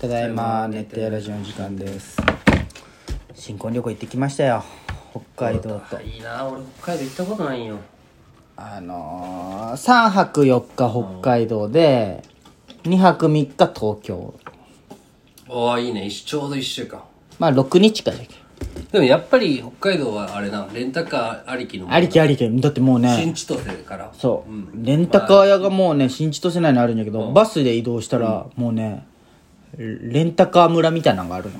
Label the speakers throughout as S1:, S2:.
S1: ただいま熱帯ラジオの時間です新婚旅行行ってきましたよ北海道と
S2: いいな俺北海道行ったことないんよ
S1: あのー、3泊4日北海道で2泊3日東京
S2: ああいいね一ちょうど1週間
S1: まあ6日かじゃけ
S2: でもやっぱり北海道はあれなレンタカーありきの
S1: ありきありきだってもうね
S2: 新千歳から
S1: そう、レンタカー屋がもうね新千歳内にあるんだけど、バスで移動したらもうねレンタカー村みたいなのがあるの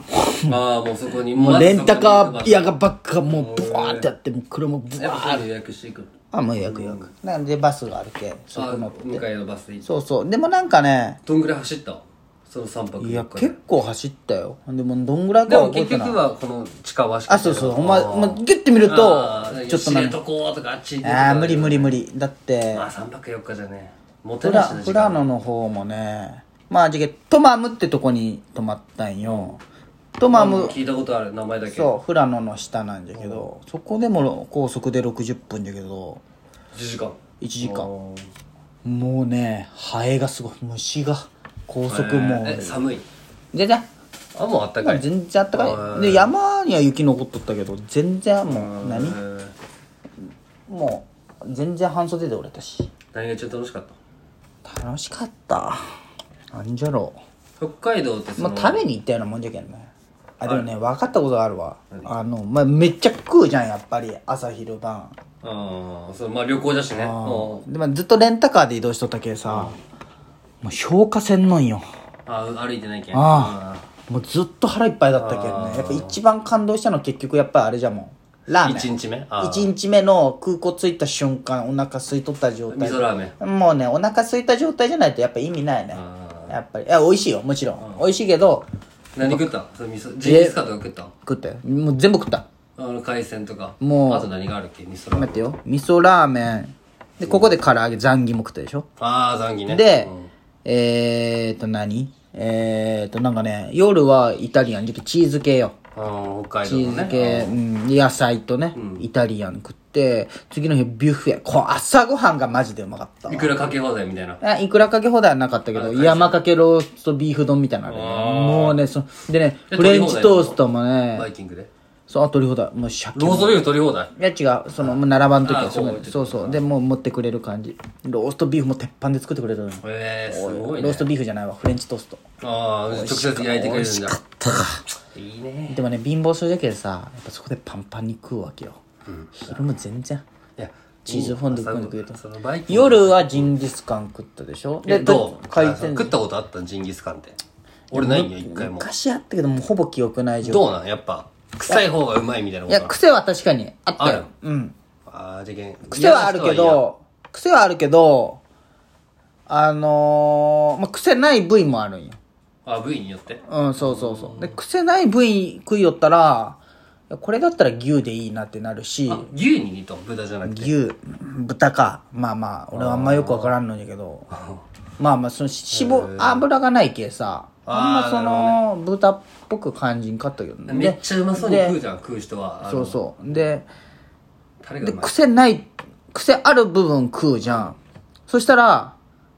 S2: ああもうそこに
S1: もうレンタカー
S2: や
S1: 屋がばっかもうブワーってあってもう車もブ
S2: やっ
S1: ワー
S2: ぱそういうの予約していく
S1: あもう予約予約なんでバスがあるけそ
S2: あ
S1: こ乗っ
S2: 向かいのバスで行って
S1: そうそうでもなんかね
S2: どんぐらい走ったその3泊
S1: いや
S2: 4日
S1: 結構走ったよでもどんぐらい
S2: で
S1: か
S2: も
S1: は覚え
S2: 結
S1: てない
S2: 局はこの近場しか
S1: あそうそうほんままあギュッて見るとちょっと
S2: な
S1: なん
S2: 知床とかあっち行って
S1: ああ無理無理無理だって
S2: まあ3泊4日じゃねモテ
S1: フ
S2: な
S1: ラ
S2: しな
S1: フ
S2: 時間
S1: ラノの方もねまあじゃけトマムってとこに泊まったんよトマム
S2: 聞いたことある名前だけ
S1: そう富良野の下なんじゃけどそこでも高速で60分じゃけど
S2: 1時間
S1: 1時間もうねハエがすごい虫が高速もう
S2: え寒い
S1: 全然
S2: あもうあった
S1: ま
S2: か
S1: あ
S2: い
S1: 全然あったかいで山には雪残っとったけど全然もう
S2: え
S1: 何
S2: ー
S1: もう全然半袖で折れたし
S2: 何が一番楽しかった
S1: 楽しかったなんじゃろ
S2: 北海道って
S1: う
S2: そ
S1: ま
S2: の
S1: あ食べに行ったようなもんじゃけんねあでもね分かったことがあるわあの、まあ、めっちゃ食うじゃんやっぱり朝昼晩
S2: ああそうまあ旅行だしねもう
S1: で、まあ、ずっとレンタカーで移動しとったけさ、もう消化せんのんよ
S2: あ歩いてないけん
S1: あもうずっと腹いっぱいだったけどねやっぱ一番感動したのは結局やっぱりあれじゃもんラーメン
S2: 1日目あー
S1: 1日目の空港着いた瞬間お腹空いとった状
S2: 味
S1: 態
S2: 噌ラーメン
S1: もうねお腹空いた状態じゃないとやっぱ意味ないね
S2: あ
S1: やっぱりいや美味しいよもちろん美味しいけど
S2: 何食ったその味噌ジンギスカンとか食った
S1: 食ったよもう全部食った
S2: あの海鮮とか
S1: もう
S2: あと何があるっけ味噌ラーメン
S1: 待ってよ味噌ラーメンでここで唐揚げザンギも食ったでしょ
S2: ああ残儀ね
S1: で
S2: うん、
S1: えーっと何えーっとなんかね夜はイタリアンでチーズ系よ
S2: あー北海
S1: チ
S2: 道の
S1: ーズ
S2: ね
S1: 系、うん、野菜とね、イタリアン食って次の日ビュッフェこう朝ごはんがマジでうまかった
S2: いくらかけ放題みたいな
S1: あいくらかけ放題はなかったけど山かけローストビーフ丼みたいなのあるねもうねそでね
S2: え
S1: フレンチトーストも
S2: バイ
S1: ね
S2: キングで
S1: そうあ取り放題もう鮭
S2: ローストビーフ取り放題
S1: いや違うそのもう並ばん時
S2: あ
S1: は
S2: あ
S1: そ
S2: こう置
S1: う
S2: いて
S1: そうそうでもう持ってくれる感じローストビーフも鉄板で作ってくれたのよ
S2: ええー、すごい
S1: ロー
S2: ね
S1: ストビーフじゃないわフレンチトースト
S2: ああ直接焼いてくれるんだいいね
S1: でもね貧乏症じゃけどさやっぱそこでパンパンに食うわけよ、昼も全然
S2: いや
S1: チーズフォンデュ食うんだけど
S2: そのバイキング
S1: 夜はジンギスカン食ったでしょ
S2: え
S1: で
S2: どう
S1: 回転
S2: 食ったことあったんジンギスカンって俺ないんよ一回も
S1: 昔あったけどもうほぼ記憶ない状
S2: どうなんやっぱ臭い方がうまいみたいなこ
S1: 態い
S2: と
S1: や癖は確かにあったよ
S2: ある
S1: うん
S2: ああじゃけん
S1: 癖はあるけ
S2: 嫌な人は
S1: ど癖はあるけどあのーまあ、癖ない部位もあるんよ
S2: 嫌あ部位によって
S1: うんそうそうそうで癖ない部位食いよったらいやこれだったら牛でいいなってなるし
S2: あ牛に似と豚じゃなくて
S1: 牛豚かまあまあ俺はあんまよくわからんのだけどまあまあその脂肪油がないけさあんまその豚っぽく感じんかったけどね
S2: めっちゃうまそうに
S1: で
S2: 食うじゃん食う人はあ
S1: そ
S2: の
S1: うそうで
S2: タレが
S1: で
S2: うまい
S1: 癖ない癖ある部分食うじゃんそしたら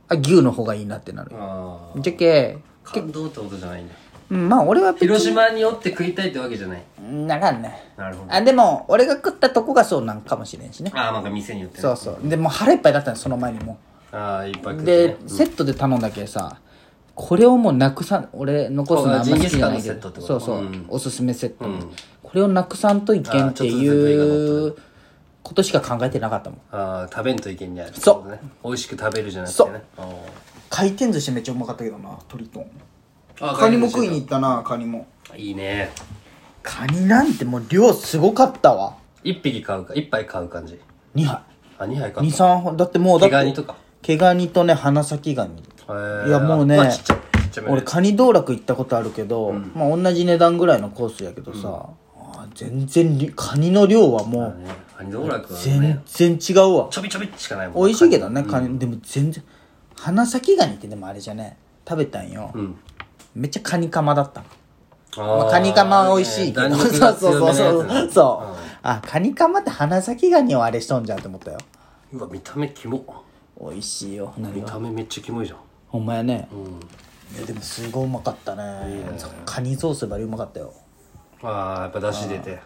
S1: あ牛の方がいいなってなる
S2: ああ
S1: じゃけ
S2: 感動ってことじゃないんだ
S1: うんまあ俺は別
S2: 広島によって食いたいってわけじゃない
S1: にならんね
S2: なるほど
S1: あでも俺が食ったとこがそうなんかもしれんしね
S2: ああなんか店によってね
S1: そうそうでもう腹いっぱいだったのその前にもう
S2: ああいっぱい食っ
S1: で
S2: てね、
S1: セットで頼んだけさこれをもうなくさ俺残すのあんま好きじゃないけ
S2: ジンギスカ
S1: ど
S2: ンのセットってこ
S1: そ
S2: と
S1: うそう、
S2: うん
S1: おすすめセット、これをなくさんといけんって
S2: あーちょっとずつ部位が
S1: い
S2: 乗
S1: うことしか考えてなかったもん
S2: ああ食べんといけんじゃん
S1: そう
S2: うね美味しく食べるじゃなくて
S1: そう
S2: ねあー
S1: 回転寿司めっちゃうまかったけどな鳥と
S2: あ
S1: カニも食いに行ったなカニも
S2: いいね
S1: カニなんてもう量すごかったわ
S2: 一匹買うか一杯買う感じ
S1: 2杯
S2: あ二杯買った
S1: 23本だってもうだっ
S2: 毛
S1: て
S2: ガニとか
S1: 毛ガニとね花咲ガニ
S2: へー
S1: いやもうね
S2: まあちっちゃいちっちゃめの
S1: 俺
S2: やつ
S1: カニ道楽行ったことあるけど、まあ同じ値段ぐらいのコースやけどさ、あー全然りカニの量はもう
S2: ねカニ道楽はね
S1: 全然違うわ、
S2: ちょびちょびしかないもん
S1: 美味しいけどねカニ、でも全然花咲ガニってでもあれじゃね食べたんよ、
S2: うん
S1: めっちゃカニカマだった
S2: あー
S1: まあ、カニカマは美味しいけど、
S2: ね弾
S1: そう
S2: 力
S1: そ
S2: が
S1: うそう
S2: 強
S1: そ
S2: めのやつ
S1: う
S2: ね
S1: そう、あカニカマって花咲ガニをあれしとんじゃんって思ったよ
S2: うわ見た目キモ
S1: 美味しいよ何
S2: 見た目めっちゃキモいじゃん
S1: ほんまやね、いやでもすごいうまかったねカニソースばりうまかったよ
S2: ああやっぱ出汁出て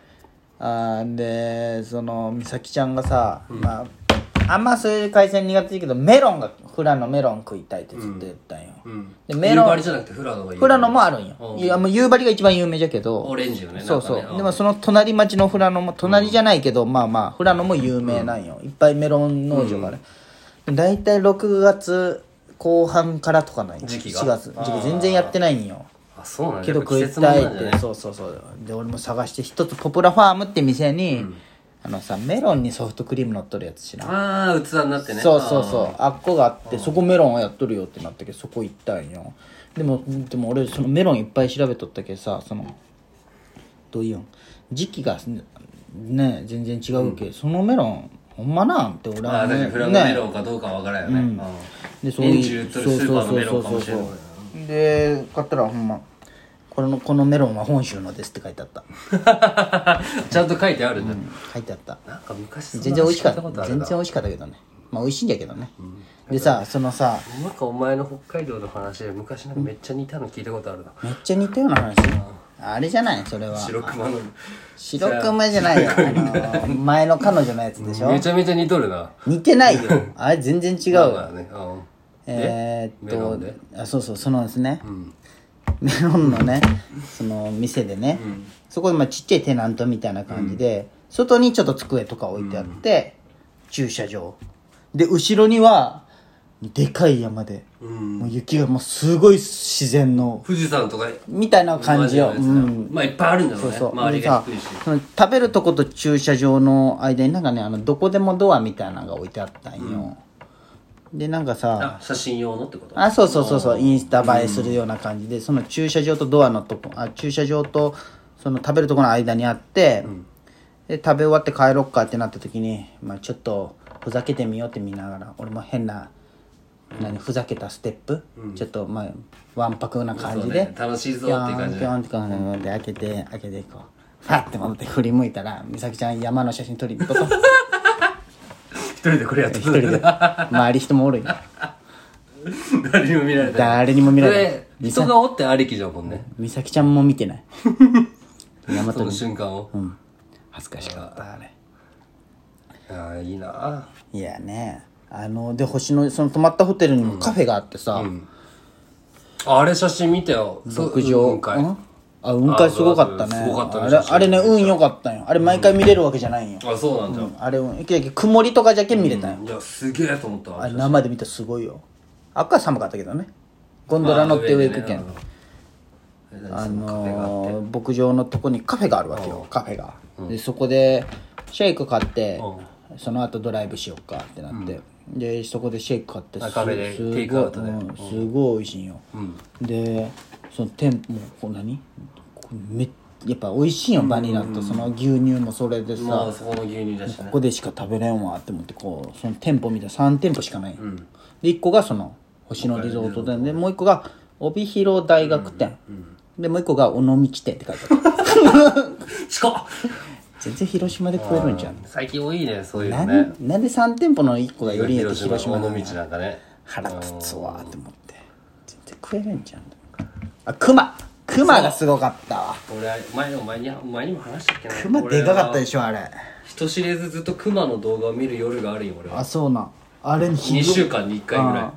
S1: あーでその美咲ちゃんがさ、まああんまそういう海鮮苦手だけどメロンがフラのメロン食いたいってずっと言ったんよ、
S2: うん
S1: でメロン
S2: 夕張じゃなくてフラのがいい
S1: 富良野もあるんよ、
S2: うん
S1: いやもう夕張が一番有名じゃけど
S2: オレンジよね
S1: そうそう、
S2: なんかね
S1: でもその隣町の富良野も隣じゃないけど、まあまあ富良野も有名なんよ、いっぱいメロン農場がある、大体6月後半からとかない
S2: 時期が
S1: 4月時期全然やってないんよ
S2: あそうなんだ
S1: けど
S2: やっぱ
S1: 食
S2: 季
S1: い
S2: 節もん
S1: たい
S2: なん
S1: っ
S2: じゃ
S1: て、
S2: ない
S1: そうそうそうで俺も探して一つポプラファームって店に、あのさメロンにソフトクリーム乗っとるやつしな
S2: ああ器になってね
S1: そうそうそうあっこがあってそこメロンやっとるよってなったけどそこ行ったんよでもでも俺そのメロンいっぱい調べとったけどさそのどういうん時期がね全然違うけ、そのメロンほんまなんって俺
S2: ああ
S1: は
S2: ーだから
S1: ね
S2: フラのメロンかどうかわからんよねうん
S1: でそう
S2: 年
S1: い
S2: 中売
S1: う
S2: っとるスーパーのメロンかもしれない
S1: そうで買ったらほんまこのこのメロンは本州のですって書いてあった
S2: ちゃんと書いてあるんだ
S1: 書いてあった
S2: なんか昔そんな
S1: 全然美味しかっ
S2: 聞いこと
S1: た
S2: あ
S1: 全
S2: るな
S1: 然美味しかったけどねまあ美味しいんだけどね、でさそのさ
S2: なんかお前の北海道の話で昔なんかめっちゃ似たの聞いたことあるな
S1: めっちゃ似たような話あれじゃないそれは
S2: 白熊の
S1: 白熊じゃないよ、あのー前の彼女のやつでしょ
S2: めちゃめちゃ似とるな
S1: 似てないよあれ全然違う
S2: だ
S1: よ
S2: からねうん
S1: えー、
S2: メロン
S1: っ
S2: で
S1: とあそうそうそのですね、メロンのねその店でね、そこでまあちっちゃいテナントみたいな感じで、外にちょっと机とか置いてあって、駐車場で後ろにはでかい山で、もう雪がもうすごい自然の
S2: 富士山とか
S1: みたいな感じよ、
S2: マ
S1: う
S2: ジのやつ
S1: ん
S2: だ、まあいっぱいあるんだろ
S1: そうう
S2: ね
S1: そう
S2: 周り
S1: で
S2: が
S1: さ
S2: 低いし
S1: その食べるとこと駐車場の間になんかねあのどこでもドアみたいなのが置いてあったんよ、でなんかさ
S2: あ写真用のってこと
S1: あそうそうそうそうインスタ映えするような感じで、その駐車場とドアのとこあ駐車場とその食べるとこの間にあって、で食べ終わって帰ろっかってなった時に、まあ、ちょっとふざけてみようって見ながら俺も変な何ふざけたステップ、ちょっとまあわんぱくな感じで、
S2: ね楽しいぞ
S1: ピョ
S2: ってい
S1: ー
S2: う感
S1: ン
S2: じ
S1: ピョーンってこうで開けて開けていこうファッて戻って振り向いたら美咲ちゃん山の写真撮りに行こう と
S2: 一人でこれやっ て
S1: 一人で周り人もおるよ
S2: 誰にも見られない
S1: 誰にも見られない
S2: で人がおってありきじゃんもんね
S1: 美咲ちゃんも見てない山
S2: そ
S1: と
S2: の
S1: に
S2: 瞬間を
S1: うん恥ずかしかったあれ
S2: ああいいない
S1: やねあので星のその泊まったホテルにもカフェがあってさ、
S2: あれ写真見たよそう
S1: 屋上
S2: 雲海
S1: うんあ雲海すごかったね
S2: あそうすごかったね
S1: あれ
S2: 写真
S1: あれね運良かったんよあれ毎回見れるわけじゃないんよ、
S2: あそうなんじゃん
S1: あれうんけど曇りとかじゃけん見れたんよ、
S2: いやすげえと思ったわ
S1: あれ生で見たらすごいよあっこは寒かったけどねゴンドラ乗って上行くけん、
S2: あ
S1: あ
S2: の
S1: のー牧場のとこにカフェがあるわけよカフェが、でそこでシェイク買って、その後ドライブしよっかってなって、でそこでシェイク買って
S2: あカフェです
S1: ご
S2: テ
S1: い
S2: イクアウトで
S1: うんすごい美味しいんよ、でその店舗もこう何めやっぱ美味しいんよバニラとその牛乳もそれでさ、
S2: まあそこの牛乳だし
S1: こ
S2: ね
S1: こでしか食べれんわって思ってこうその店舗みたいな3店舗しかない、で1個がその星野リゾート店でもう1個が帯広大学店、でもう1個が尾道店って書いてある
S2: 近っ
S1: 全然広島で食えるんじゃん、
S2: 最近多いねそういう
S1: な
S2: のね
S1: んなんで3店舗の1個がよりによって
S2: 広島
S1: 広島な
S2: 尾
S1: の
S2: 道なんかね
S1: 腹立つわって思って全然食えるんじゃんあ熊熊がすごかったわ
S2: 俺は前の前に前にも話したっけな
S1: 熊でかかったで
S2: し
S1: しょあれ
S2: 人知れずずっと熊の動画を見る夜があるよ俺は
S1: あそうなんあれに
S2: 2週間に1回ぐらい
S1: あ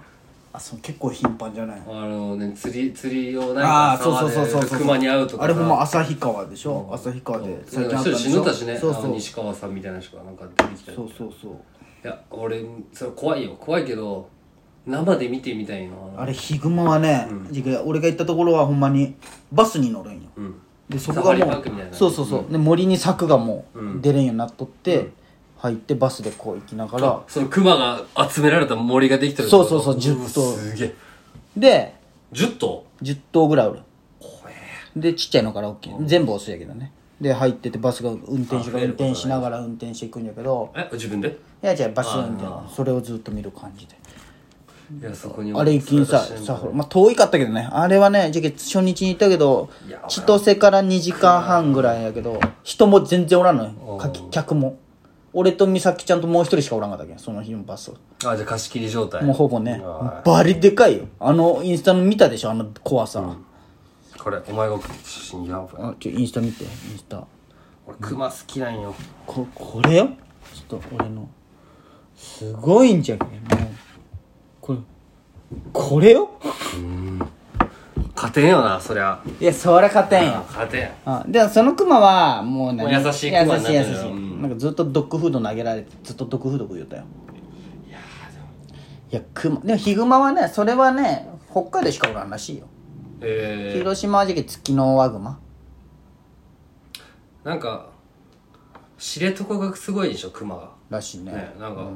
S1: あそう結構頻繁じゃない
S2: あのね釣り釣りをなん
S1: あ
S2: か
S1: あそうそうそうそうそう
S2: 熊に会うとか
S1: あれ
S2: さ
S1: ほんま旭川でしょ旭川で
S2: な
S1: 最
S2: ん
S1: 近
S2: か
S1: あ
S2: 一
S1: った
S2: 人
S1: で
S2: 死
S1: しょ
S2: ぬたしね
S1: そうそう
S2: あの西川さんみたいな人がなんか出てきたり
S1: そうそうそう
S2: いや俺それ怖いよ怖いけど生で見てみたいな
S1: あれヒグマはねじゃあ俺が行ったところはほんまにバスに乗るんよ
S2: ん
S1: でそこ
S2: サファリ
S1: が
S2: パ
S1: も
S2: ークみたいな
S1: うそうそうそうで森に柵がもう出れんようになっとって入ってバスでこう行きながら
S2: その熊が集められた森ができてる
S1: そうそうそう10頭
S2: わすげえ
S1: で
S2: 10頭
S1: 10頭ぐらいおるでちっちゃいのから大きい全部オスやけどねで入っててバスが運転手が運転しながら運転していくんやけど
S2: え自分で
S1: いやじゃあバス運転それをずっと見る感じで
S2: いやそこに
S1: あれ一気にさ、さほらまあ、遠いかったけどね。あれはね、じゃけ初日に行ったけど
S2: いや、
S1: 千歳から2時間半ぐらいやけど、人も全然おらんのよ。か客も。俺と美咲ちゃんともう一人しかおらんかったっけその日のバス
S2: あ、じゃあ貸し切り状態。
S1: もうほぼね
S2: は
S1: バリでかいよあのインスタの見たでしょあの怖さ、
S2: これ、お前が送った写真やばい。
S1: あちょインスタ見てインスタ
S2: 俺、熊好きなんよ。
S1: ここれよちょっと俺のすごいんじゃけもうこれこれよ
S2: 勝てんよな、そりゃ。
S1: いやそりゃ勝てんよ
S2: 勝てん。
S1: あでもそのクマはもうね
S2: もう優しいクマになってる
S1: 優
S2: よ
S1: しい優しい、
S2: うん
S1: なんかずっとドッグフード投げられてずっとドッグフード食うよったよいやクマでもヒグマはねそれはね北海道しかおらんらしいよ、
S2: え
S1: 広島はじけ月のワグマ
S2: ー、なんか、知床がすごいでしょ、熊が。
S1: らしいね
S2: ね、なんか、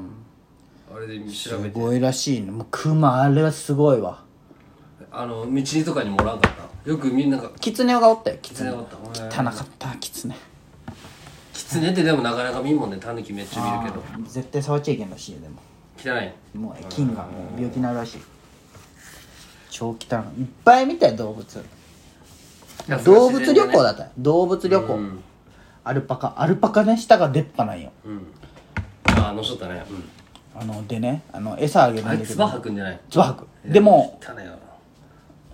S2: あれで調
S1: す
S2: べて。
S1: ごいらしいねもうクマあれはすごいわ
S2: あの、道にとかにもおらんかった。よくみんなが、
S1: キツネがおったよキツ
S2: 狐
S1: ネ
S2: おった。
S1: 汚かったキツネ
S2: キツネってでもなかなか見んもんね、タヌキめっちゃ見るけど。
S1: 絶対触っちゃいけんらしいよでも
S2: 汚い。
S1: もう菌がもう病気になるらしい超汚いいっぱい見たよ動物
S2: いやそれは
S1: 動
S2: 自
S1: 物旅
S2: 然だね
S1: 行だったよ動物旅行、アルパカアルパカね舌が出っ歯ないよ
S2: うん。ああ、のしとったね。うん。
S1: あのでねあの餌あげるん
S2: あれ、
S1: だけ
S2: 唾
S1: ど
S2: 吐くんじゃない
S1: 唾吐くでも
S2: 汚いよ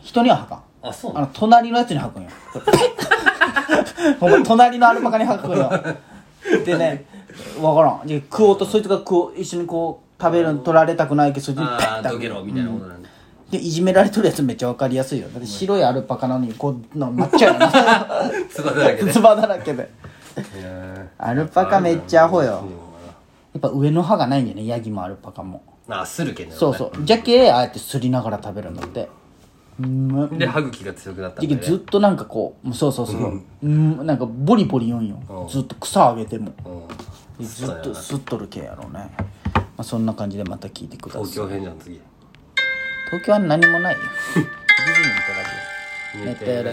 S1: 人には吐かん
S2: な。あ、そうな
S1: あ
S2: の
S1: の隣のやつに 吐くんよお前隣のアルパカに吐くんよでね分からんで食おうとそいつが食おう一緒にこう食べるの取られたくないけどそいつにペッ
S2: ああ、
S1: て
S2: どけろ、みたいなことなんだ。
S1: でいじめられとるやつめっちゃ分かりやすいよだって白いアルパカなのにこうの抹茶やな
S2: 唾だら けで。
S1: つばだらけでアルパカめっちゃアホよやっぱ上の歯がないんだよねヤギもアルパカも
S2: ああ、するけんね。
S1: そうそうじゃけああやってすりながら食べるんだってうんま
S2: で、歯茎が強くなった
S1: じ
S2: ん
S1: ゃけ
S2: だね。
S1: ずっとなんかこうもうそうそうそううんなんかボリボリ言うんよずっと草あげても
S2: う
S1: で
S2: ん
S1: ずっと吸っとる系やろうねまあそんな感じでまた聞いてください
S2: 東京編じゃん、次。
S1: 東京は何もないよディズニー行っただけ寝てる